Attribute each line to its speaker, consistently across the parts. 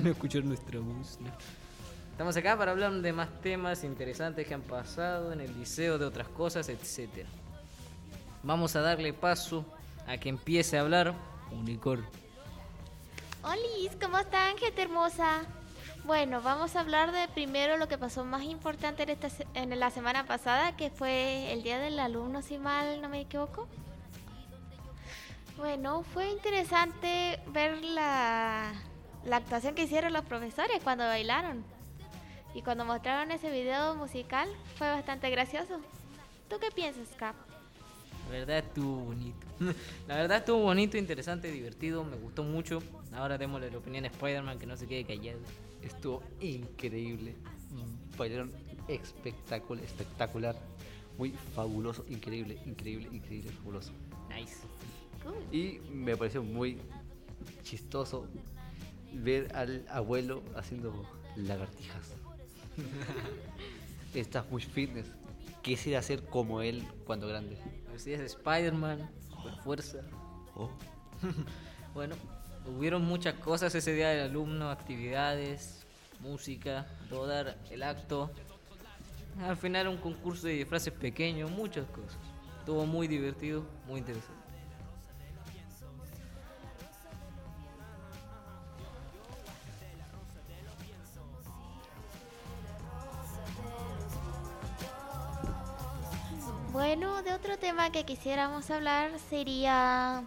Speaker 1: no escuchar nuestra voz. ¿no?
Speaker 2: Estamos acá para hablar de más temas interesantes que han pasado en el liceo, de otras cosas, etc. Vamos a darle paso a que empiece a hablar Unicor.
Speaker 3: Olis, ¿cómo están, gente hermosa? Bueno, vamos a hablar de primero lo que pasó más importante en, esta se- en la semana pasada, que fue el Día del Alumno, si mal no me equivoco. Bueno, fue interesante ver la, la actuación que hicieron los profesores cuando bailaron. Y cuando mostraron ese video musical, fue bastante gracioso. ¿Tú qué piensas, Cap?
Speaker 2: La verdad estuvo bonito. La verdad estuvo bonito, interesante, divertido, me gustó mucho. Ahora démosle la opinión a Spider-Man que no se quede callado.
Speaker 4: Estuvo increíble. Bailaron espectacular, espectacular. Muy fabuloso, increíble, increíble, increíble, fabuloso.
Speaker 2: Nice.
Speaker 3: Cool.
Speaker 4: Y me pareció muy chistoso ver al abuelo haciendo lagartijas. Estás muy fitness. Quisiera ser como él cuando grande.
Speaker 2: Así es Spider-Man, super fuerza.
Speaker 4: Oh.
Speaker 2: Bueno, hubieron muchas cosas ese día del alumno, actividades, música, todo dar el acto. Al final un concurso de disfraces pequeño, muchas cosas. Estuvo muy divertido, muy interesante.
Speaker 3: Bueno, de otro tema que quisiéramos hablar sería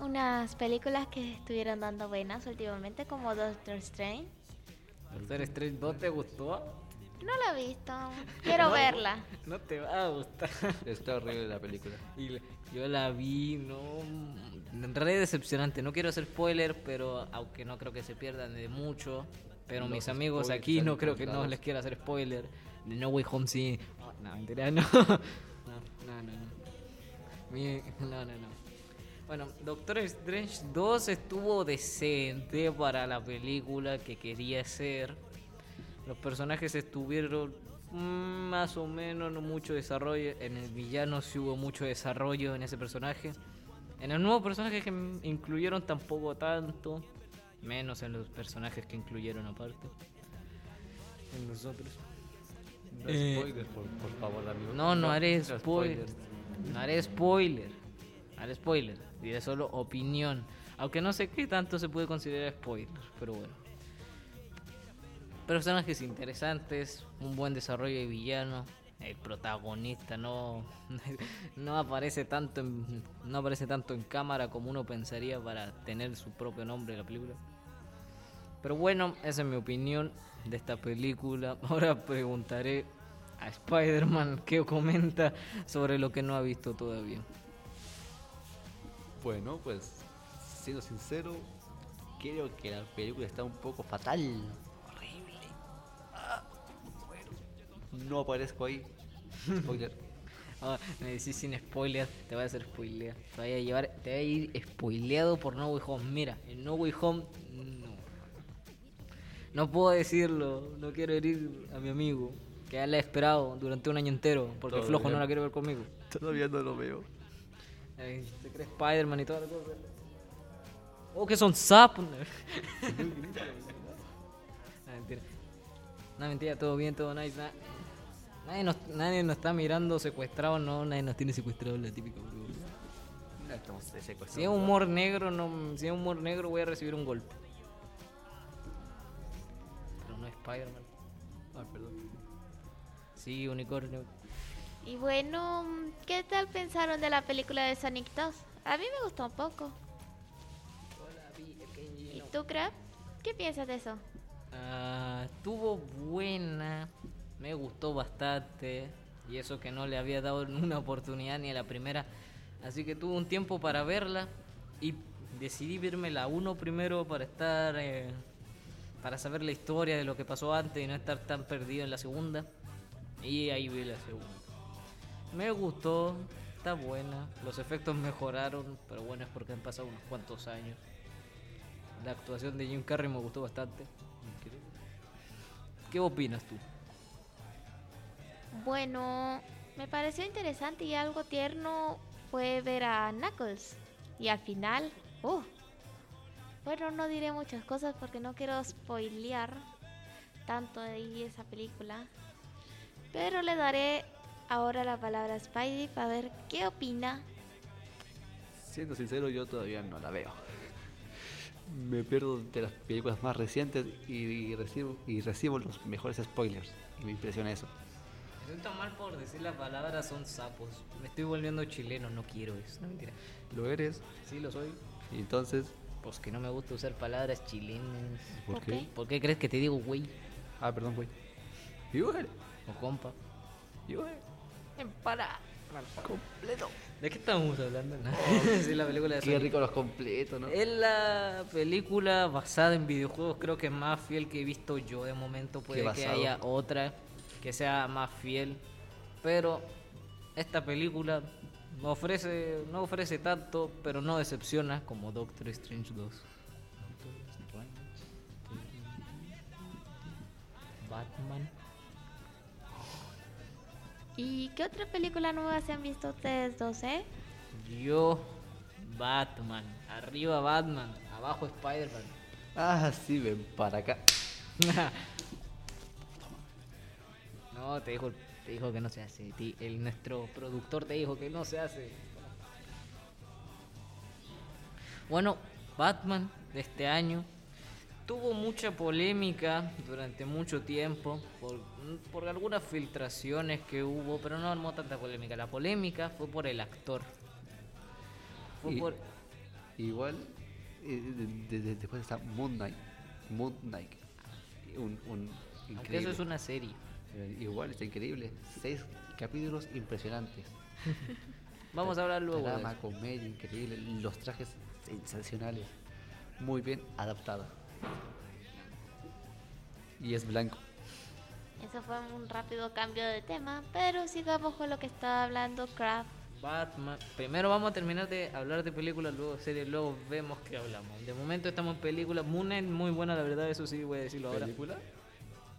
Speaker 3: unas películas que estuvieron dando buenas últimamente, como Doctor Strange.
Speaker 2: Doctor Strange, ¿no te gustó?
Speaker 3: No la he visto, quiero verla.
Speaker 2: No te va a gustar.
Speaker 4: Está horrible la película.
Speaker 2: Y la- yo la vi, no. mm, Re decepcionante. No quiero hacer spoiler, pero aunque no creo que se pierdan de mucho. Pero
Speaker 4: Los
Speaker 2: mis amigos
Speaker 4: spoilers
Speaker 2: aquí
Speaker 4: están
Speaker 2: no creo que no
Speaker 4: contados.
Speaker 2: les quiera hacer spoiler. De No Way Home sí. Oh, no, mentira, no. No, no, no. no. Mi- no, no, no. Bueno, Doctor Strange 2 estuvo decente para la película que quería ser. Los personajes estuvieron mm, más o menos, no mucho desarrollo. En el villano sí hubo mucho desarrollo en ese personaje. En el nuevo personaje que m- incluyeron tampoco tanto. Menos en los personajes que incluyeron aparte. En los otros.
Speaker 4: No
Speaker 1: Eh,
Speaker 4: spoilers, por, por favor, amigo.
Speaker 2: No, no haré
Speaker 4: no
Speaker 2: spoiler. No haré spoiler. No haré spoiler. Diré solo opinión. Aunque no sé qué tanto se puede considerar spoiler, pero bueno. Personajes interesantes, un buen desarrollo de villano. El protagonista no, no aparece tanto en, no aparece tanto en cámara como uno pensaría para tener su propio nombre en la película. Pero bueno, esa es mi opinión de esta película. Ahora preguntaré a Spider-Man qué comenta sobre lo que no ha visto todavía.
Speaker 4: Bueno, pues, siendo sincero, creo que la película está un poco fatal. Horrible. Ah, bueno. No aparezco ahí. Spoiler.
Speaker 2: Ah, me decís sin spoiler, te voy a hacer spoiler. Te voy a llevar, te voy a ir spoileado por No Way Home. Mira, en No Way Home no. No puedo decirlo, no quiero herir a mi amigo, que ya la he esperado durante un año entero, porque
Speaker 4: Todo
Speaker 2: flojo
Speaker 4: bien.
Speaker 2: no la quiere ver conmigo.
Speaker 4: Todavía no lo veo.
Speaker 2: Eh, ¿Te crees Spider-Man y todo la cosa? Oh, que son sapos. no, mentira. No, mentira, todo bien, todo nice. na- Nadie, nos, nadie nos está mirando secuestrados, no, nadie nos tiene secuestrados, la típica. bro.
Speaker 4: Estamos secuestrados.
Speaker 2: Si es humor negro, no, si es humor negro voy a recibir un golpe. Pero no Spider-Man.
Speaker 4: Ah, perdón.
Speaker 2: Sí, unicornio.
Speaker 3: Y bueno, ¿qué tal pensaron de la película de Sonic 2? A mí me gustó un poco. ¿Y tú, Crab? ¿Qué piensas de eso?
Speaker 2: Ah, estuvo buena, me gustó bastante. Y eso que no le había dado una oportunidad ni a la primera. Así que tuve un tiempo para verla y decidí verme la 1 primero para estar. eh, para saber la historia de lo que pasó antes y no estar tan perdido en la segunda. Y ahí vi la segunda. Me gustó, está buena. Los efectos mejoraron, pero bueno, es porque han pasado unos cuantos años. La actuación de Jim Carrey me gustó bastante. ¿Qué opinas tú?
Speaker 3: Bueno, me pareció interesante y algo tierno fue ver a Knuckles. Y al final, ¡uh! Bueno, no diré muchas cosas porque no quiero spoilear tanto de ahí esa película. Pero le daré ahora la palabra a Spidey para ver qué opina.
Speaker 4: Siendo sincero, yo todavía no la veo. Me pierdo de las películas más recientes y, y recibo, y recibo los mejores spoilers. Y me impresiona eso.
Speaker 2: Me siento mal por decir las palabras son sapos. Me estoy volviendo chileno, no quiero eso. No mentira.
Speaker 4: Lo eres,
Speaker 2: Sí, lo soy.
Speaker 4: y entonces.
Speaker 2: Pues que no me gusta usar palabras chilenas.
Speaker 4: ¿Por
Speaker 3: Ok.
Speaker 4: qué?
Speaker 2: ¿Por qué crees que te digo güey
Speaker 4: Ah, perdón, güey. Igual,
Speaker 2: o compa?
Speaker 4: igual,
Speaker 2: Para.
Speaker 4: completo.
Speaker 2: ¿De qué estamos hablando? sí, la película de
Speaker 4: Qué
Speaker 2: Sonic.
Speaker 4: rico los completos, ¿no?
Speaker 2: Es la película basada en videojuegos, creo que es más fiel que he visto yo de momento. Puede que
Speaker 4: basado.
Speaker 2: haya otra que sea más fiel. Pero esta película no ofrece, no ofrece tanto, pero no decepciona como Doctor Strange 2. Batman.
Speaker 3: ¿Y qué otra película nueva se han visto ustedes dos, eh?
Speaker 2: Yo, Batman. Arriba Batman, abajo Spider-Man.
Speaker 4: Ah, sí, ven para acá.
Speaker 2: No, te dijo, te dijo que no se hace. ti- El, nuestro productor te dijo que no se hace. Bueno, Batman de este año tuvo mucha polémica durante mucho tiempo por, por algunas filtraciones que hubo, pero no armó tanta polémica. La polémica fue por el actor. Fue
Speaker 4: Y-
Speaker 2: por...
Speaker 4: Igual, eh, de- de- de- después está Moon Knight. Moon Knight. Un, un
Speaker 2: Aunque eso
Speaker 4: increíble. Eh,
Speaker 2: es una serie.
Speaker 4: Igual, está increíble. Seis capítulos impresionantes.
Speaker 2: Vamos a hablar luego. de
Speaker 4: Drama,
Speaker 2: eso.
Speaker 4: comedia, increíble. Los trajes sensacionales. Muy bien adaptado. Y es blanco.
Speaker 3: Eso fue un rápido cambio de tema, pero sigamos con lo que estaba hablando Kraft.
Speaker 2: Batman. Primero vamos a terminar de hablar de películas, luego series, luego vemos qué hablamos. De momento estamos en películas. Moon Knight, muy buena, la verdad, eso sí voy a decirlo ahora.
Speaker 4: ¿Película?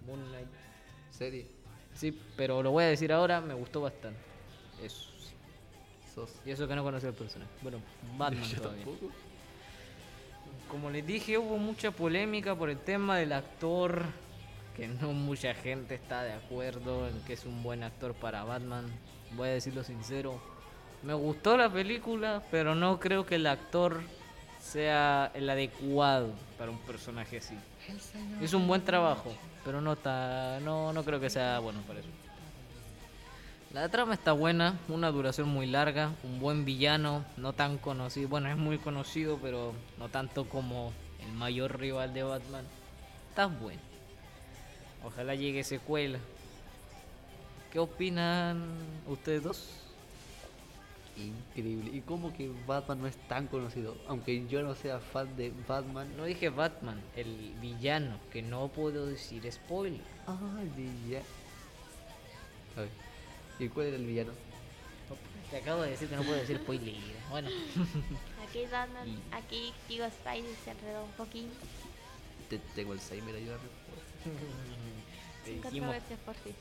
Speaker 2: Moon Knight.
Speaker 4: Serie.
Speaker 2: Sí, pero lo voy a decir ahora, me gustó bastante. Eso. sí.
Speaker 4: Sos.
Speaker 2: Y eso que no conocía el personaje. Bueno, Batman
Speaker 4: Yo
Speaker 2: todavía.
Speaker 4: tampoco.
Speaker 2: Como les dije, hubo mucha polémica por el tema del actor, que no mucha gente está de acuerdo en que es un buen actor para Batman. Voy a decirlo sincero, me gustó la película, pero no creo que el actor sea el adecuado para un personaje así. Es un buen trabajo, pero no, ta- no, no creo que sea bueno para eso. La trama está buena, una duración muy larga, un buen villano, no tan conocido, bueno, es muy conocido, pero no tanto como el mayor rival de Batman. Está bueno. Ojalá llegue secuela. ¿Qué opinan ustedes dos?
Speaker 4: Increíble. ¿Y cómo que Batman no es tan conocido? Aunque yo no sea fan de Batman.
Speaker 2: No dije Batman, el villano, que no puedo decir spoiler.
Speaker 4: Ah, villano. ¿Y cuál era el villano?
Speaker 2: Te acabo de decir que no puedo decir spoiler. Bueno,
Speaker 3: Aquí, Batman- aquí digo Spidey se enredó un poquín.
Speaker 4: Te tengo Alzheimer, ayúdame.
Speaker 2: te
Speaker 3: Sin
Speaker 2: dijimos
Speaker 3: controversias por ti.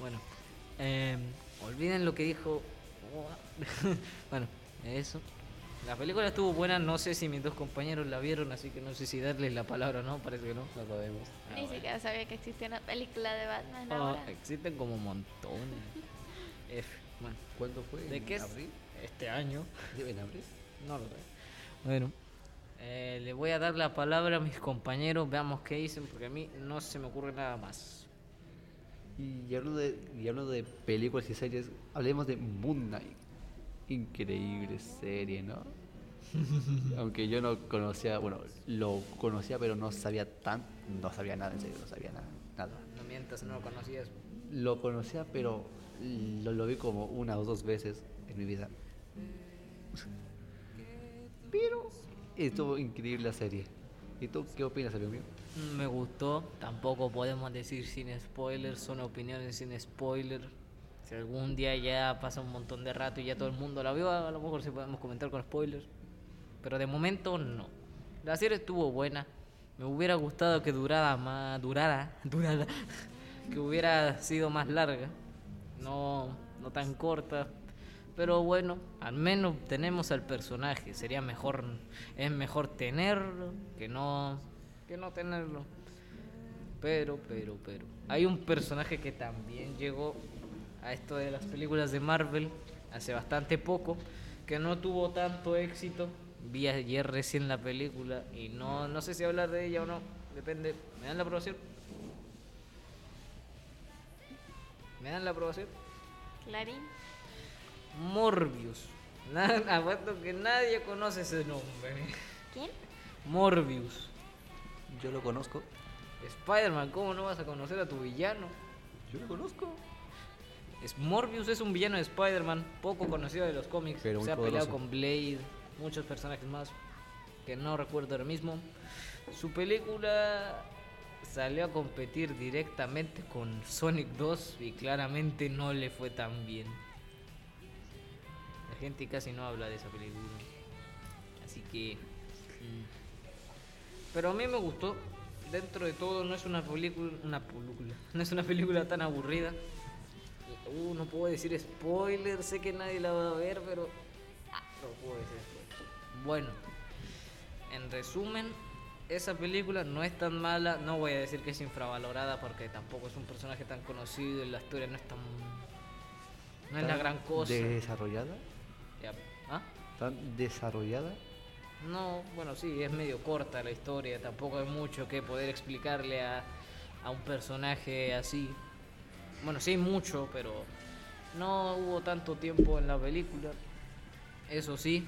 Speaker 2: Bueno, eh, olviden lo que dijo. bueno, eso. La película estuvo buena, no sé si mis dos compañeros la vieron, así que no sé si darles la palabra o no, parece que no.
Speaker 4: No sabemos.
Speaker 3: Ni siquiera sabía que existía una película de Batman
Speaker 2: Ah,
Speaker 3: ahora.
Speaker 2: existen como montones. F, bueno,
Speaker 4: ¿Cuándo fue?
Speaker 2: ¿de
Speaker 4: ¿En
Speaker 2: qué es?
Speaker 4: abril?
Speaker 2: Este año.
Speaker 4: ¿En abril?
Speaker 2: No lo traigo. Bueno, eh, le voy a dar la palabra a mis compañeros, veamos qué dicen, porque a mí no se me ocurre nada más.
Speaker 4: Y hablando de, y hablando de películas y series, hablemos de Moon Knight. Increíble serie, ¿no? Aunque yo no conocía, bueno, lo conocía, pero no sabía tan, no sabía nada, en serio, no sabía nada, nada.
Speaker 2: No mientas, no lo conocías.
Speaker 4: Lo conocía, pero lo, lo vi como una o dos veces en mi vida. Pero estuvo increíble la serie. ¿Y tú qué opinas, amigo mío?
Speaker 2: Me gustó, tampoco podemos decir sin spoiler, son opiniones sin spoiler. Si algún día ya pasa un montón de rato y ya todo el mundo la vio, a lo mejor sí podemos comentar con spoilers. Pero de momento no. La serie estuvo buena. Me hubiera gustado que durara más, durara, durara, que hubiera sido más larga, no, no tan corta. Pero bueno, al menos tenemos al personaje. Sería mejor, es mejor tenerlo que no, que no tenerlo. Pero, pero, pero. Hay un personaje que también llegó a esto de las películas de Marvel hace bastante poco, que no tuvo tanto éxito. Vi ayer recién la película y no, no sé si hablar de ella o no. Depende. ¿Me dan la aprobación? ¿Me dan la aprobación?
Speaker 3: Clarín.
Speaker 2: Morbius. Nada, apuesto que nadie conoce ese nombre.
Speaker 3: ¿Quién?
Speaker 2: Morbius.
Speaker 4: Yo lo conozco.
Speaker 2: Spider-Man, ¿cómo no vas a conocer a tu villano?
Speaker 4: Yo lo conozco.
Speaker 2: Es- Morbius es un villano de Spider-Man, poco conocido de los cómics.
Speaker 4: Pero muy
Speaker 2: Se ha peleado
Speaker 4: poderoso.
Speaker 2: con Blade, muchos personajes más que no recuerdo ahora mismo. Su película salió a competir directamente con Sonic 2 y claramente no le fue tan bien. La gente casi no habla de esa película. Así que... mm. Pero a mí me gustó. Dentro de todo no es una película, una película, no es una película tan aburrida. Uh, no puedo decir spoiler, sé que nadie la va a ver, pero ah, no puedo decir spoiler. Bueno, en resumen, esa película no es tan mala, no voy a decir que es infravalorada porque tampoco es un personaje tan conocido y la historia no es tan no es la
Speaker 4: ¿Tan
Speaker 2: gran cosa.
Speaker 4: ¿Desarrollada?
Speaker 2: Ya, ¿ah?
Speaker 4: ¿Tan desarrollada?
Speaker 2: No, bueno, sí, es medio corta la historia, tampoco hay mucho que poder explicarle a, a un personaje así. Bueno, sí, mucho, pero no hubo tanto tiempo en la película. Eso sí,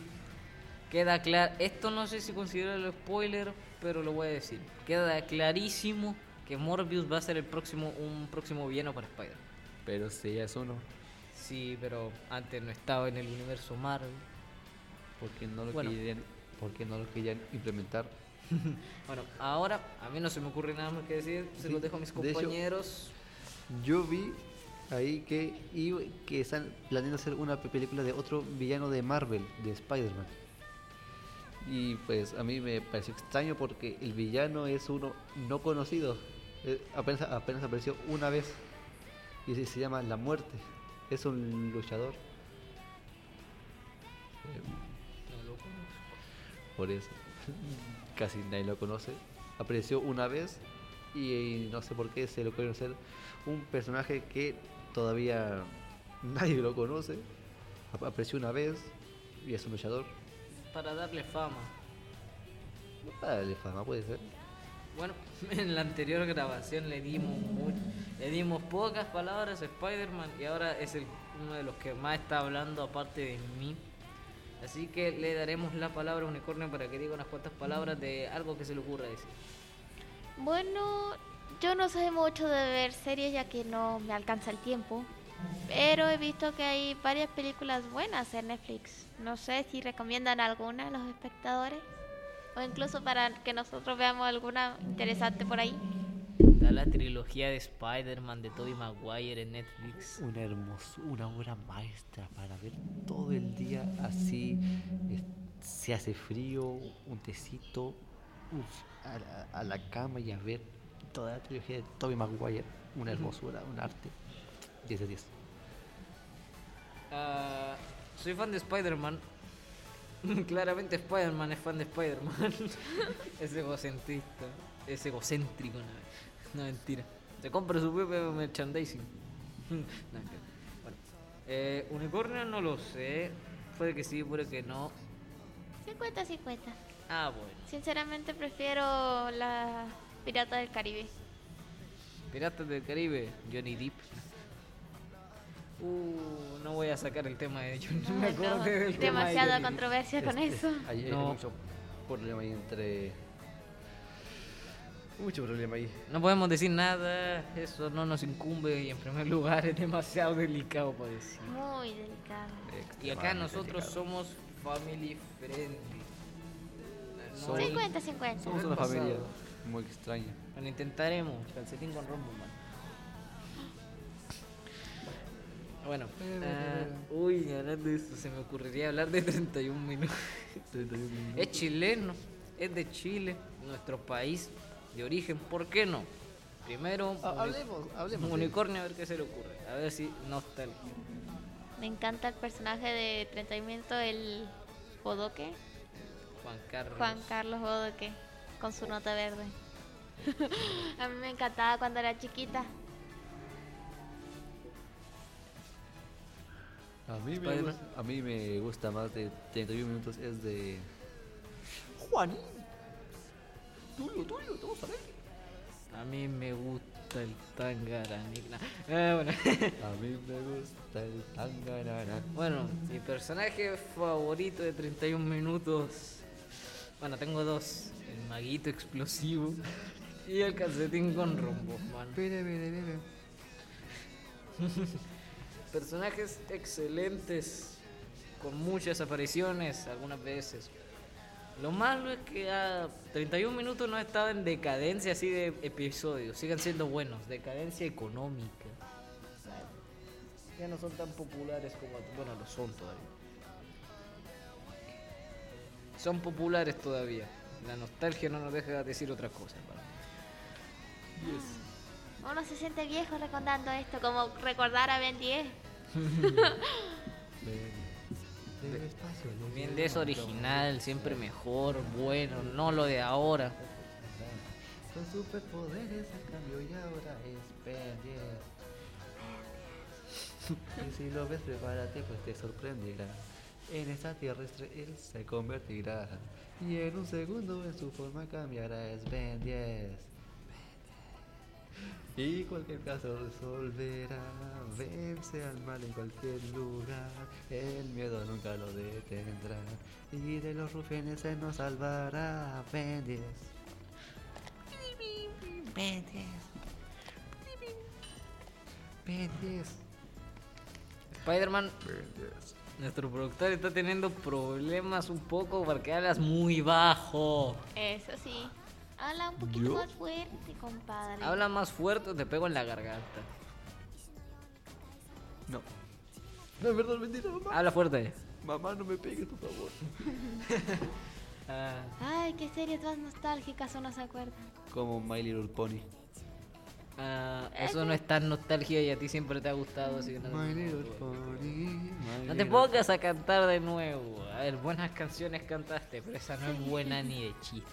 Speaker 2: queda claro. Esto no sé si considerarlo spoiler, pero lo voy a decir. Queda clarísimo que Morbius va a ser el próximo, un próximo villano para Spider.
Speaker 4: Pero si ya es uno.
Speaker 2: Sí, pero antes no estaba en el universo Marvel.
Speaker 4: Porque no lo
Speaker 2: Bueno.
Speaker 4: querían, porque no lo querían implementar.
Speaker 2: Bueno, ahora a mí no se me ocurre nada más que decir, se los
Speaker 4: Sí,
Speaker 2: dejo a mis
Speaker 4: de hecho-
Speaker 2: compañeros.
Speaker 4: Yo vi ahí que, y- que están planeando hacer una pe- película de otro villano de Marvel, de Spider-Man. Y pues a mí me pareció extraño porque el villano es uno no conocido. Eh, apenas, apenas apareció una vez. Y se, se llama La Muerte. Es un luchador.
Speaker 2: No lo conozco.
Speaker 4: Eh, Por eso. Casi nadie lo conoce. Apareció una vez y, eh, no sé por qué se lo ocurrió hacer un personaje que todavía nadie lo conoce. Ap- Apareció una vez y es un luchador.
Speaker 2: Para darle fama.
Speaker 4: Dale fama, puede ser.
Speaker 2: Bueno, en la anterior grabación le dimos mu- le dimos pocas palabras a Spider-Man y ahora es el- uno de los que más está hablando aparte de mí. Así que le daremos la palabra a Unicornio para que diga unas cuantas palabras de algo que se le ocurra decir.
Speaker 3: Bueno, yo no soy mucho de ver series ya que no me alcanza el tiempo, pero he visto que hay varias películas buenas en Netflix. No sé si recomiendan alguna a los espectadores o incluso para que nosotros veamos alguna interesante por ahí.
Speaker 2: Está la trilogía de Spider-Man de Tobey Maguire en Netflix.
Speaker 4: Una hermosa, una obra maestra para ver todo el día así. es- Se hace frío, un tecito, uf, a, la, a la cama y a ver toda la trilogía de Tobey Maguire. Una hermosura, un arte. 10 de 10.
Speaker 2: Ah, soy fan de Spider-Man. Claramente Spider-Man es fan de Spider-Man. es egocentrista. Es egocéntrico. No, no, mentira. Se compra su propio merchandising. No, mentira. Bueno. Eh, unicornio no lo sé. Puede que sí, puede que no.
Speaker 3: 50-50.
Speaker 2: Ah, bueno.
Speaker 3: Sinceramente prefiero la Pirata del Caribe.
Speaker 2: Piratas del Caribe, Johnny Depp. Uh, no voy a sacar el tema de Johnny.
Speaker 3: No,
Speaker 2: me acordé
Speaker 3: no,
Speaker 2: del tema de
Speaker 3: demasiada
Speaker 2: Johnny Depp.
Speaker 3: controversia con
Speaker 4: Este,
Speaker 3: eso.
Speaker 4: Hay, hay
Speaker 2: No.
Speaker 4: mucho problema ahí entre. Mucho problema ahí.
Speaker 2: No podemos decir nada, eso no nos incumbe y en primer lugar es demasiado delicado para decir.
Speaker 3: Muy delicado.
Speaker 2: Y acá
Speaker 4: Extremadamente
Speaker 2: nosotros
Speaker 4: delicado.
Speaker 2: somos family friendly. No,
Speaker 4: Soy-
Speaker 2: no-
Speaker 3: 50-50.
Speaker 4: Somos
Speaker 2: el
Speaker 4: una
Speaker 2: pasado.
Speaker 4: familia muy extraña.
Speaker 2: Bueno, intentaremos, calcetín con rombo, man. Bueno, ah, uy, hablando de eso, se me ocurriría hablar de 31 minutos. Es chileno, es de Chile, nuestro país de origen, ¿por qué no? Primero, Ah,
Speaker 4: Ha- Hablemos, hablemos.
Speaker 2: Un unicornio a ver qué se le ocurre. A ver si nostalgia.
Speaker 3: Me encanta el personaje de 30 minutos, el Bodoque,
Speaker 2: Juan Carlos.
Speaker 3: Juan Carlos Bodoque, con su nota verde. A mí me encantaba cuando era chiquita.
Speaker 4: A mí, me
Speaker 2: Spider-Man.
Speaker 4: gusta, a mí me gusta más de 31 minutos es de... Juanín. Tuyo, tuyo, vamos a ver.
Speaker 2: A mí me gusta el tangaranigna. Eh, bueno.
Speaker 4: A mí me gusta el tangarana.
Speaker 2: bueno, mi personaje favorito de 31 minutos. Bueno, tengo dos. El maguito explosivo y el calcetín con rombos, man.
Speaker 4: Pere, pere, pere.
Speaker 2: Personajes excelentes, con muchas apariciones algunas veces. Lo malo es que a 31 minutos no ha estado en decadencia así de episodios. Sigan siendo buenos. Decadencia económica. O sea, Ya no son tan populares como... Bueno, lo son todavía. Son populares todavía. La nostalgia no nos deja decir otra cosa. para mí.
Speaker 3: Uno se siente viejo recordando esto, como recordar a Ben 10.
Speaker 4: Ven. Despacio, no
Speaker 2: Bien
Speaker 4: quiero
Speaker 2: es original, siempre mejor, bueno, no lo de ahora.
Speaker 4: hablar. Con superpoderes a cambio y ahora es Ben 10. Y si lo ves, prepárate, pues te sorprenderá. En esta terrestre él se convertirá. Y en un segundo en su forma cambiará, es Ben 10. Ben 10. Y cualquier caso resolverá, vence al mal en cualquier lugar, el miedo nunca lo detendrá, y de los rufines se nos salvará, Ben 10. Pendes.
Speaker 2: Spider-Man
Speaker 4: Pendes.
Speaker 2: Nuestro productor está teniendo problemas un poco porque hablas muy bajo.
Speaker 3: Eso sí. Habla un poquito
Speaker 4: ¿Yo?
Speaker 3: más fuerte, compadre.
Speaker 2: Habla más fuerte o te pego en la garganta.
Speaker 4: No. No, perdón, mentira, mamá.
Speaker 2: Habla fuerte.
Speaker 4: Mamá, no me pegues, por favor.
Speaker 2: Ah,
Speaker 3: Ay, qué series más nostálgicas uno se acuerda.
Speaker 4: Como My Little Pony.
Speaker 2: ah, eso no es tan nostalgia y a ti siempre te ha gustado. así que no,
Speaker 4: My Little Pony.
Speaker 2: No te pongas a cantar de nuevo. A ver, buenas canciones cantaste, pero esa no es buena ni de chiste.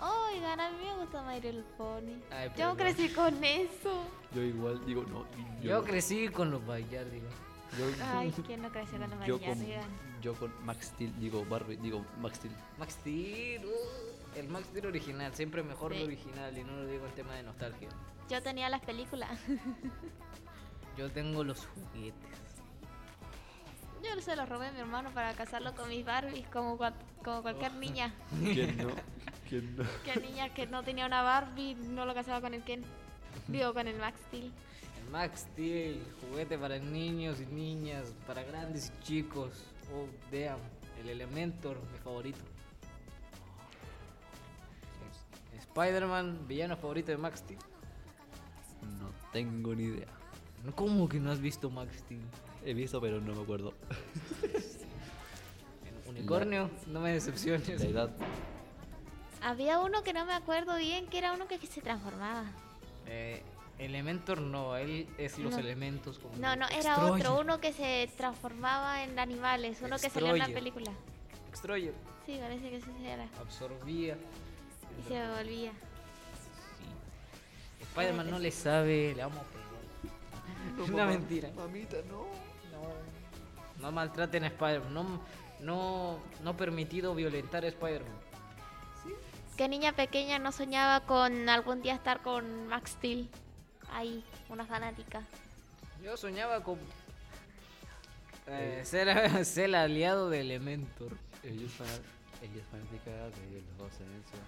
Speaker 3: Oigan, a mí me gusta My Little Pony.
Speaker 2: Ay,
Speaker 3: Yo
Speaker 2: perdón.
Speaker 3: crecí con eso.
Speaker 4: Yo igual digo, no.
Speaker 2: Yo crecí con los Bayardigans.
Speaker 4: Yo,
Speaker 3: Ay, ¿quién no creció con la
Speaker 4: yo con,
Speaker 3: María?
Speaker 4: yo con Max Steel, digo Barbie, digo Max Steel.
Speaker 2: Max Steel, uh, el Max Steel original, siempre mejor
Speaker 3: Sí.
Speaker 2: lo original y no lo digo en tema de nostalgia.
Speaker 3: Yo tenía las películas.
Speaker 2: Yo tengo los juguetes.
Speaker 3: Yo se los robé a mi hermano para casarlo con mis Barbies, como, cual- como cualquier
Speaker 2: Oh.
Speaker 3: niña.
Speaker 4: ¿Quién no? ¿Quién no?
Speaker 3: Que niña que no tenía una Barbie no lo casaba con el Ken. Digo, con el Max Steel.
Speaker 2: El Max Steel, juguete para niños y niñas, para grandes y chicos. Oh, damn. El Elementor, mi favorito. Spider-Man, villano favorito de Max Steel.
Speaker 4: No tengo ni idea.
Speaker 2: No, ¿Cómo que no has visto Max Steel?
Speaker 4: He visto, pero no me acuerdo.
Speaker 2: Unicornio, no me decepciones.
Speaker 4: La edad.
Speaker 3: Había uno que no me acuerdo bien, que era uno que se transformaba.
Speaker 2: Eh, Elementor no, él es los
Speaker 3: No.
Speaker 2: elementos. Como
Speaker 3: No, no, era otro, uno que se transformaba en animales, uno que salió en la
Speaker 2: Destroyer.
Speaker 3: película.
Speaker 2: Extroyer,
Speaker 3: Sí, parece que ese era.
Speaker 2: absorbía.
Speaker 3: Y se me volvía.
Speaker 2: Sí. Spider-Man no le sabe, le vamos a pegar. Es una mentira.
Speaker 4: Mamita, ¿Eh? no.
Speaker 2: No maltraten a Spider-Man. No, no, no permitido violentar a Spider-Man.
Speaker 3: Que niña pequeña no soñaba con algún día estar con Max Steel. Ahí, una fanática.
Speaker 2: Yo soñaba con eh, ser, ser el aliado de Elementor.
Speaker 4: Ella es, fan- ella es fanática de los ascensos.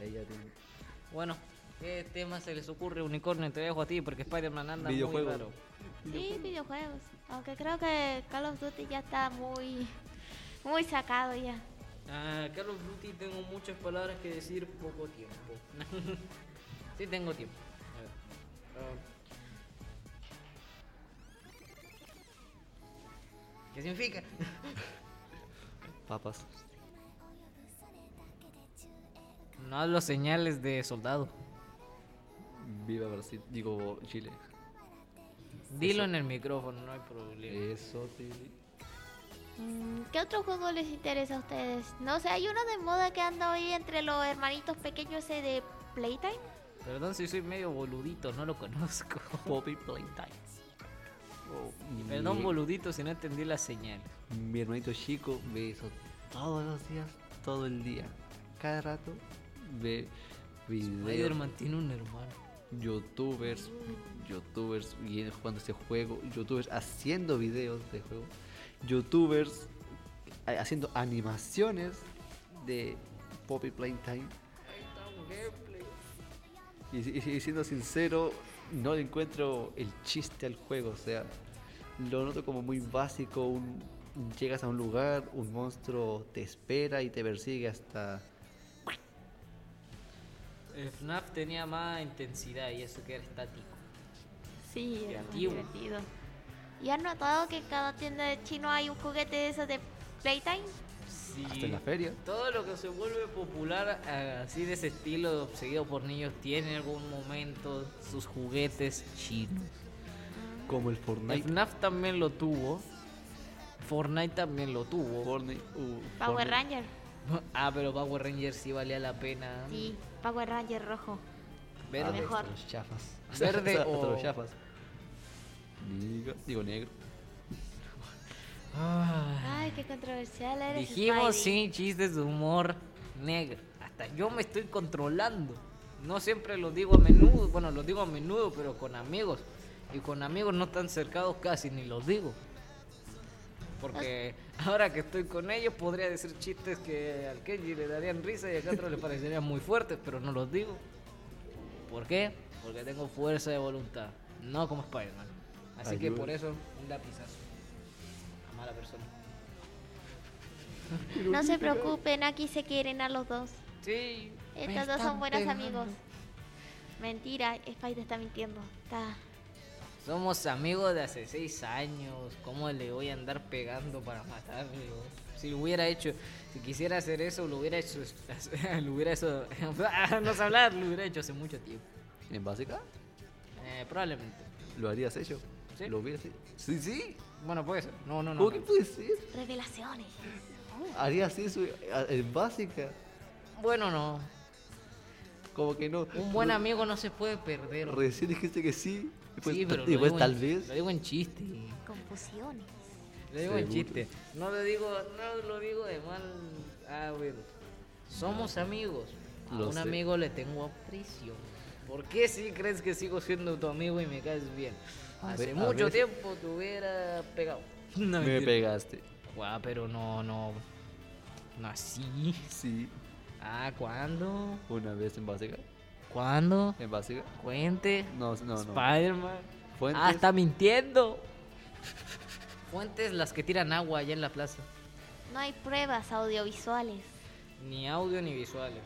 Speaker 4: Ella tiene.
Speaker 2: Bueno, ¿qué tema se les ocurre, Unicornio? Te dejo a ti porque Spider-Man anda muy
Speaker 4: Videojuego.
Speaker 2: raro.
Speaker 3: Sí, videojuegos. Aunque creo que Call of Duty ya está muy, muy sacado ya.
Speaker 2: Ah, Carlos Brutti, tengo muchas palabras que decir, poco tiempo. sí, tengo tiempo. A ver. Ah. ¿Qué significa?
Speaker 4: Papas.
Speaker 2: No hablo señales de soldado.
Speaker 4: Viva Brasil. Digo, Chile.
Speaker 2: Dilo en el micrófono, no hay problema.
Speaker 4: Eso, Tilly.
Speaker 3: Mm, ¿Qué otro juego les interesa a ustedes? No sé, hay uno de moda que anda hoy entre los hermanitos pequeños ese de Playtime.
Speaker 2: Perdón si soy medio boludito, no lo conozco.
Speaker 4: Poppy Playtimes.
Speaker 2: Y Perdón, boludito, si no entendí la señal.
Speaker 4: Oh, Mi hermanito chico ve eso todos los días, todo el día. Cada rato ve videos,
Speaker 2: Spider-Man tiene un hermano.
Speaker 4: youtubers, youtubers vienen jugando ese juego, youtubers haciendo videos de juego, youtubers eh, haciendo animaciones de Poppy Playtime. Y, si- y siendo sincero, no le encuentro el chiste al juego, o sea, lo noto como muy básico, un- llegas a un lugar, un monstruo te espera y te persigue hasta...
Speaker 2: El Eh, FNAF tenía más intensidad y eso que era estático.
Speaker 3: Sí,
Speaker 2: era más Creativo.
Speaker 3: ¿Y has notado que en cada tienda de chino hay un juguete de esos de Playtime?
Speaker 2: Sí.
Speaker 4: Hasta en la feria.
Speaker 2: Todo lo que se vuelve popular eh, así de ese estilo, seguido por niños, tiene en algún momento sus juguetes chinos.
Speaker 4: como el
Speaker 2: El
Speaker 4: Fortnite.
Speaker 2: FNAF también lo tuvo. Fortnite también lo tuvo.
Speaker 4: Fortnite, uh,
Speaker 3: Power
Speaker 4: Fortnite.
Speaker 3: Ranger.
Speaker 2: Ah, pero Power Rangers sí valía la pena.
Speaker 3: Sí, Power Ranger rojo.
Speaker 4: Ah,
Speaker 2: Verde.
Speaker 3: mejor.
Speaker 4: hasta los chafas.
Speaker 2: Verde
Speaker 4: Hasta- hasta
Speaker 2: o-
Speaker 4: los chafas. Digo, digo negro.
Speaker 2: Ah.
Speaker 3: Ay, qué controversial eres.
Speaker 2: Dijimos
Speaker 3: Spidey.
Speaker 2: sin chistes de humor negro. Hasta yo me estoy controlando. No siempre lo digo a menudo, bueno, lo digo a menudo, pero con amigos. Y con amigos no tan cercados casi, ni los digo. Porque ahora que estoy con ellos podría decir chistes que al Kenji le darían risa y al otro le parecerían muy fuertes, pero no los digo. ¿Por qué? Porque tengo fuerza de voluntad, no como Spider-Man. Así que
Speaker 4: Ayuda.
Speaker 2: por eso un lapizazo. A mala persona.
Speaker 3: No se preocupen, aquí se quieren a los dos.
Speaker 2: Sí. me
Speaker 3: Estos dos
Speaker 2: están
Speaker 3: son buenos
Speaker 2: pegando.
Speaker 3: amigos. Mentira, Spidey está mintiendo. Está.
Speaker 2: Somos amigos de hace seis años. ¿Cómo le voy a andar pegando para matarlo? Si lo hubiera hecho, si quisiera hacer eso, lo hubiera hecho. lo hubiera hecho. no sé hablar, lo hubiera hecho hace mucho tiempo.
Speaker 4: En básica,
Speaker 2: Eh, probablemente.
Speaker 4: lo harías hecho.
Speaker 2: Sí.
Speaker 4: Lo hubieras hecho. Sí, sí.
Speaker 2: Bueno, puede ser. No, no, no.
Speaker 4: ¿Cómo
Speaker 2: no.
Speaker 4: que puede ser?
Speaker 3: Revelaciones.
Speaker 4: Harías eso a- en básica.
Speaker 2: Bueno, no.
Speaker 4: Como que no.
Speaker 2: Un buen amigo no se puede perder.
Speaker 4: Recién dijiste que sí. Después,
Speaker 2: sí, pero lo
Speaker 4: después
Speaker 2: digo en-
Speaker 4: pues, tal vez.
Speaker 2: Lo digo en chiste.
Speaker 3: Confusiones.
Speaker 2: Lo digo en
Speaker 4: Seguro.
Speaker 2: chiste. No lo digo, no lo digo de mal. Ah, bueno. Somos amigos. A
Speaker 4: Lo
Speaker 2: un
Speaker 4: sé.
Speaker 2: amigo le tengo aprecio. ¿Por qué si crees que sigo siendo tu amigo y me caes bien?
Speaker 4: A
Speaker 2: Hace
Speaker 4: ve- a
Speaker 2: mucho
Speaker 4: veces-
Speaker 2: tiempo te hubiera pegado. No,
Speaker 4: me
Speaker 2: mentira.
Speaker 4: pegaste.
Speaker 2: Guau, pero no, no. No así.
Speaker 4: Sí.
Speaker 2: Ah, ¿cuándo?
Speaker 4: Una vez en básica.
Speaker 2: ¿Cuándo?
Speaker 4: En básica.
Speaker 2: Cuente.
Speaker 4: No, no, no.
Speaker 2: Spider-Man.
Speaker 4: Fuentes.
Speaker 2: Ah, está mintiendo. Fuentes las que tiran agua allá en la plaza.
Speaker 3: No hay pruebas audiovisuales.
Speaker 2: Ni audio ni visuales.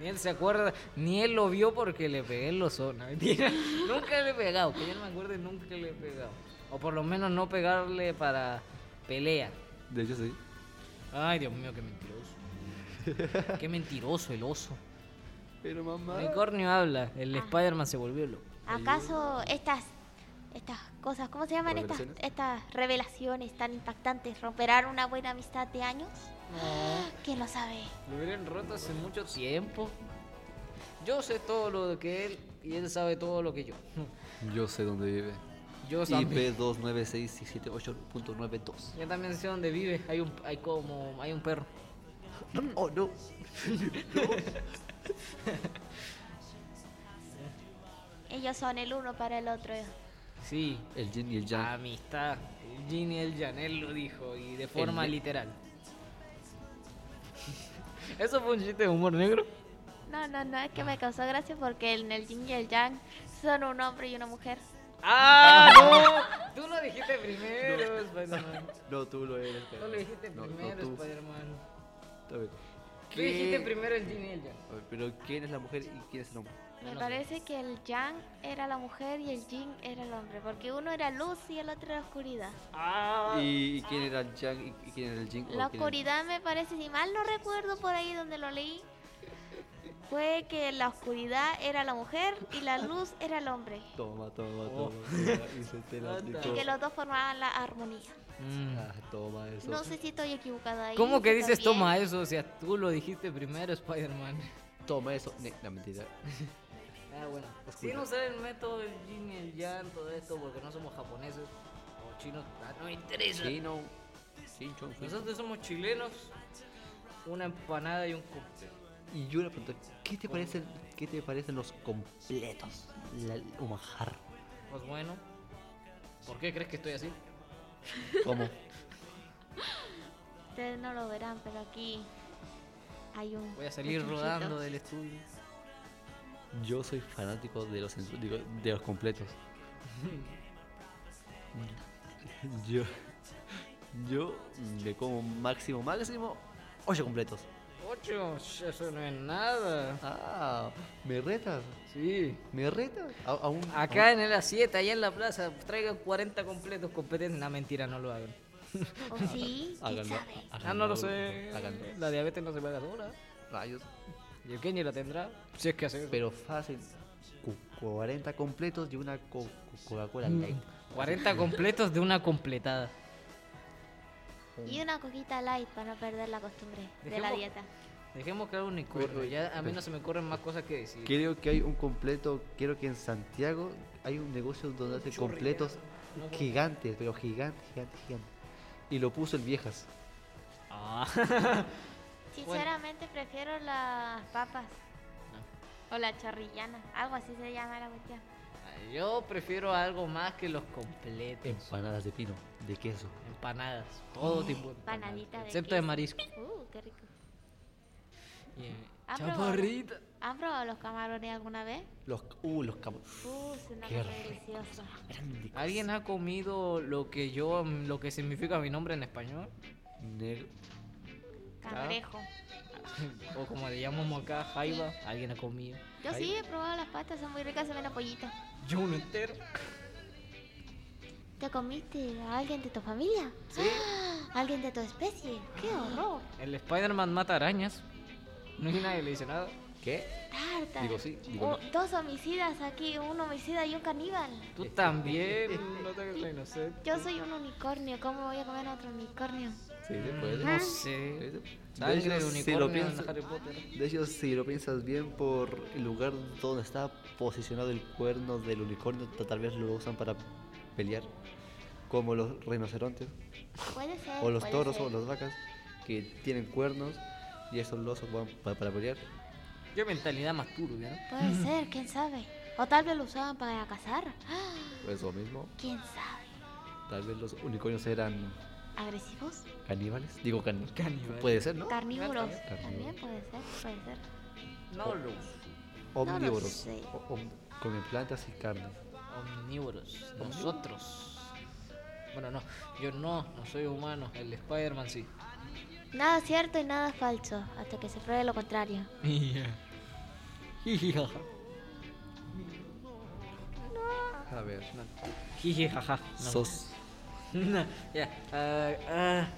Speaker 2: Ni él se acuerda, ni él lo vio porque le pegué en los ojos. No, mentira. nunca le he pegado, que yo no me acuerde, nunca le he pegado. O por lo menos no pegarle para pelea.
Speaker 4: De hecho, sí.
Speaker 2: Ay, Dios mío, qué mentiroso. Qué mentiroso el oso.
Speaker 4: Pero mamá.
Speaker 2: Unicornio habla, el Spider-Man se volvió loco.
Speaker 3: ¿Acaso estas estas cosas, ¿cómo se llaman estas,
Speaker 4: ¿Revelaciones?
Speaker 3: estas revelaciones tan impactantes romperán una buena amistad de años? ¿Quién lo sabe?
Speaker 2: Lo hubieran roto hace mucho tiempo. Yo sé todo lo que él y él sabe todo lo que yo.
Speaker 4: Yo sé dónde vive.
Speaker 2: Yo también.
Speaker 4: IP296778.92.
Speaker 2: Yo también sé dónde vive. Hay un, hay como, hay un perro.
Speaker 4: Oh, no.
Speaker 3: Ellos son el uno para el otro.
Speaker 2: Sí.
Speaker 4: El yin y el yang.
Speaker 2: Amistad. El Jin y el Jan, él lo dijo y de forma
Speaker 4: El-
Speaker 2: literal. ¿Eso fue un chiste de humor negro?
Speaker 3: No, no, no, es que me causó gracia porque el, el yin y el yang son un hombre y una mujer.
Speaker 2: ¡Ah, no! Tú lo dijiste primero, Spider-Man.
Speaker 4: No, tú lo eres.
Speaker 2: Tú
Speaker 4: pero-
Speaker 2: lo dijiste
Speaker 4: No, no,
Speaker 2: primero,
Speaker 4: tú.
Speaker 2: Spider-Man.
Speaker 4: Está bien.
Speaker 2: Tú dijiste primero el Jin y el Jan.
Speaker 4: A ver, Pero ¿quién es la mujer y quién es el hombre?
Speaker 3: Me
Speaker 2: no.
Speaker 3: parece que el yang era la mujer y el yin era el hombre, porque uno era luz y el otro era oscuridad.
Speaker 2: Ah,
Speaker 4: ¿Y quién era el yang y y quién era el yin?
Speaker 3: La
Speaker 4: o quién era el-
Speaker 3: oscuridad me parece, si mal no recuerdo por ahí donde lo leí, fue que la oscuridad era la mujer y la luz era el hombre.
Speaker 4: Toma, toma,
Speaker 2: Oh.
Speaker 4: toma. toma, y se te la
Speaker 2: Anda.
Speaker 4: aplicó.
Speaker 3: Y que los dos formaban la armonía.
Speaker 2: Mm.
Speaker 4: Ah, toma eso.
Speaker 3: No sé si estoy equivocada ahí.
Speaker 2: ¿Cómo que
Speaker 3: si
Speaker 2: dices
Speaker 3: también.
Speaker 2: toma eso? O sea, tú lo dijiste primero, Spider-Man.
Speaker 4: Toma eso. Ne- No, mentira.
Speaker 2: Ah, bueno. Sin
Speaker 4: Escucha.
Speaker 2: usar el método del yin y el yang, todo esto, porque no somos japoneses o chinos. ah, No me interesa.
Speaker 4: Chino. Sí, chon, sí.
Speaker 2: Nosotros somos chilenos, una empanada y un cóctel.
Speaker 4: Y yo le pregunto, ¿qué te parecen, qué te parecen los completos? La, un manjar.
Speaker 2: Pues bueno, ¿por qué crees que estoy así?
Speaker 4: ¿Cómo?
Speaker 3: Ustedes no lo verán, pero aquí hay un.
Speaker 2: Voy a salir
Speaker 3: un chunchito.
Speaker 2: rodando del estudio.
Speaker 4: Yo soy fanático de los ensu- digo, de los completos. Yo yo me como máximo máximo ocho completos.
Speaker 2: Ocho, eso no es nada.
Speaker 4: Ah, me retas,
Speaker 2: Sí.
Speaker 4: me retas. A, a un- a
Speaker 2: Acá en el A7, allá en la plaza, traigan 40 completos competentes. No, mentira, no lo hagan.
Speaker 3: ¿O sí? ¿Quién
Speaker 4: un- háganlo,
Speaker 3: sabe?
Speaker 2: Ah,
Speaker 4: háganlo,
Speaker 2: no lo sé.
Speaker 4: háganlo.
Speaker 2: La diabetes no se paga sola.
Speaker 4: Rayos.
Speaker 2: Y el Kenny la tendrá. Si es que hace eso.
Speaker 4: Pero fácil. cu- 40 completos y una co- co- Coca-Cola Light.
Speaker 2: 40 completos de una completada.
Speaker 3: Y una coquita light para no perder la costumbre de la
Speaker 2: Dejemos-
Speaker 3: dieta.
Speaker 2: Dejemos que haga un unicornio.
Speaker 4: Oye,
Speaker 2: Ya a mí
Speaker 4: oye.
Speaker 2: no se me ocurren más cosas que decir.
Speaker 4: Creo que hay un completo, creo que en Santiago hay un negocio donde hace
Speaker 2: Churri,
Speaker 4: completos
Speaker 2: ya. No,
Speaker 4: gigantes, pero gigantes, gigantes, gigantes. Y lo puso el viejas.
Speaker 2: Ah.
Speaker 3: Sinceramente prefiero las papas.
Speaker 2: Ah.
Speaker 3: O la chorrillana. Algo así se llama la cuestión.
Speaker 2: Yo prefiero algo más que los completos.
Speaker 4: Empanadas de pino, de queso.
Speaker 2: Empanadas. Todo tipo de empanadas,
Speaker 3: Panadita de
Speaker 2: Excepto de
Speaker 3: queso.
Speaker 2: marisco.
Speaker 3: Uh, qué rico.
Speaker 2: Y, eh,
Speaker 3: Ah, pero-
Speaker 2: Chaparrita.
Speaker 3: ¿Han probado los camarones alguna vez?
Speaker 4: Los, uh, los camarones.
Speaker 3: Uh, es una
Speaker 4: Qué
Speaker 3: cosa
Speaker 4: rico.
Speaker 3: deliciosa.
Speaker 4: Grande.
Speaker 2: ¿Alguien ha comido lo que yo, lo que significa mi nombre en español?
Speaker 4: Negro.
Speaker 3: Cangrejo.
Speaker 2: O como le llamamos acá, jaiba. ¿Alguien ha comido?
Speaker 3: Yo sí he probado las pastas, son muy ricas, se ven a pollito.
Speaker 2: Yo uno entero.
Speaker 3: ¿Te comiste a alguien de tu familia? ¡Ah!
Speaker 2: Sí.
Speaker 3: ¿Alguien de tu especie? ¡Qué horror!
Speaker 2: El Spider-Man mata arañas. No hay nadie le dice nada.
Speaker 4: ¿Qué?
Speaker 3: Tarta.
Speaker 4: Digo sí, digo
Speaker 3: Oh, Dos homicidas aquí, un homicida y un caníbal.
Speaker 2: Tú también. No te hagas la inocente.
Speaker 3: Yo soy un unicornio, ¿cómo voy a comer otro unicornio?
Speaker 4: Sí, se puede.
Speaker 2: No
Speaker 4: Sí,
Speaker 2: sé.
Speaker 4: se-
Speaker 2: Sangre de
Speaker 4: hecho, si
Speaker 2: unicornio
Speaker 4: lo
Speaker 2: en
Speaker 4: piensas-
Speaker 2: Harry Potter.
Speaker 4: De hecho, si lo piensas bien, por el lugar donde está posicionado el cuerno del unicornio, ta- tal vez lo usan para pelear. Como los rinocerontes,
Speaker 3: Puede ser.
Speaker 4: o los
Speaker 3: puede
Speaker 4: toros,
Speaker 3: ser.
Speaker 4: o las vacas, que tienen cuernos y esos los van pa- para pelear.
Speaker 2: Qué mentalidad más turbia, ¿no?
Speaker 3: Puede ser, quién sabe. O tal vez lo usaban para cazar. ¡Ah!
Speaker 4: Eso mismo,
Speaker 3: ¿Quién sabe?
Speaker 4: tal vez los unicornios eran
Speaker 3: ¿Agresivos?
Speaker 4: caníbales. Digo, can-
Speaker 2: Caníbales.
Speaker 4: puede ser, ¿no?
Speaker 3: Carnívoros.
Speaker 4: Carnívoros.
Speaker 3: También puede ser, puede ser.
Speaker 2: No los
Speaker 4: Omnívoros,
Speaker 3: sé.
Speaker 4: o- om- comen plantas y carne.
Speaker 2: omnívoros. Nosotros. Bueno, no. Yo no, no soy humano. El Spider-Man sí.
Speaker 3: Nada cierto y nada falso, hasta que se pruebe lo contrario.
Speaker 4: A ver,
Speaker 2: jaja.
Speaker 4: sos.
Speaker 2: ya. ah, ah,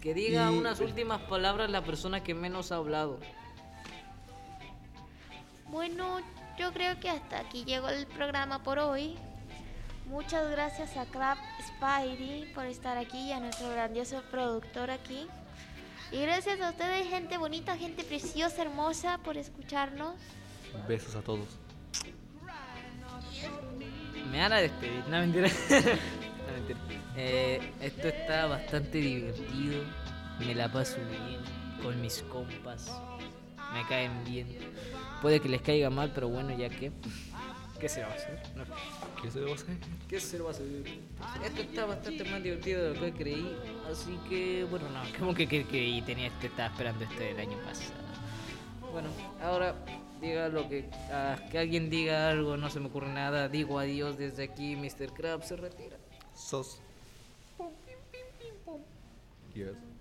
Speaker 2: que diga
Speaker 4: Y-
Speaker 2: unas últimas palabras la persona que menos ha hablado.
Speaker 3: Bueno, yo creo que hasta aquí llegó el programa por hoy. Muchas gracias a Crab Spidey por estar aquí y a nuestro grandioso productor aquí. Y gracias a ustedes, gente bonita, gente preciosa, hermosa, por escucharnos.
Speaker 4: Besos a todos.
Speaker 2: Me van a despedir, no mentira. no mentira. Eh, esto está bastante divertido. Me la paso bien con mis compas. Me caen bien. Puede que les caiga mal, pero bueno, ya que. ¿Qué se va a hacer? No.
Speaker 4: ¿Qué se va a hacer?
Speaker 2: ¿Qué se va a hacer? Esto está bastante más divertido de lo que creí. Así que, bueno, no, como que, que creí. Tenía, te estaba esperando esto del año pasado. Bueno, ahora diga lo que. ah, que alguien diga algo, no se me ocurre nada. Digo adiós desde aquí. Mr. Crab se retira.
Speaker 4: Sos. Yes.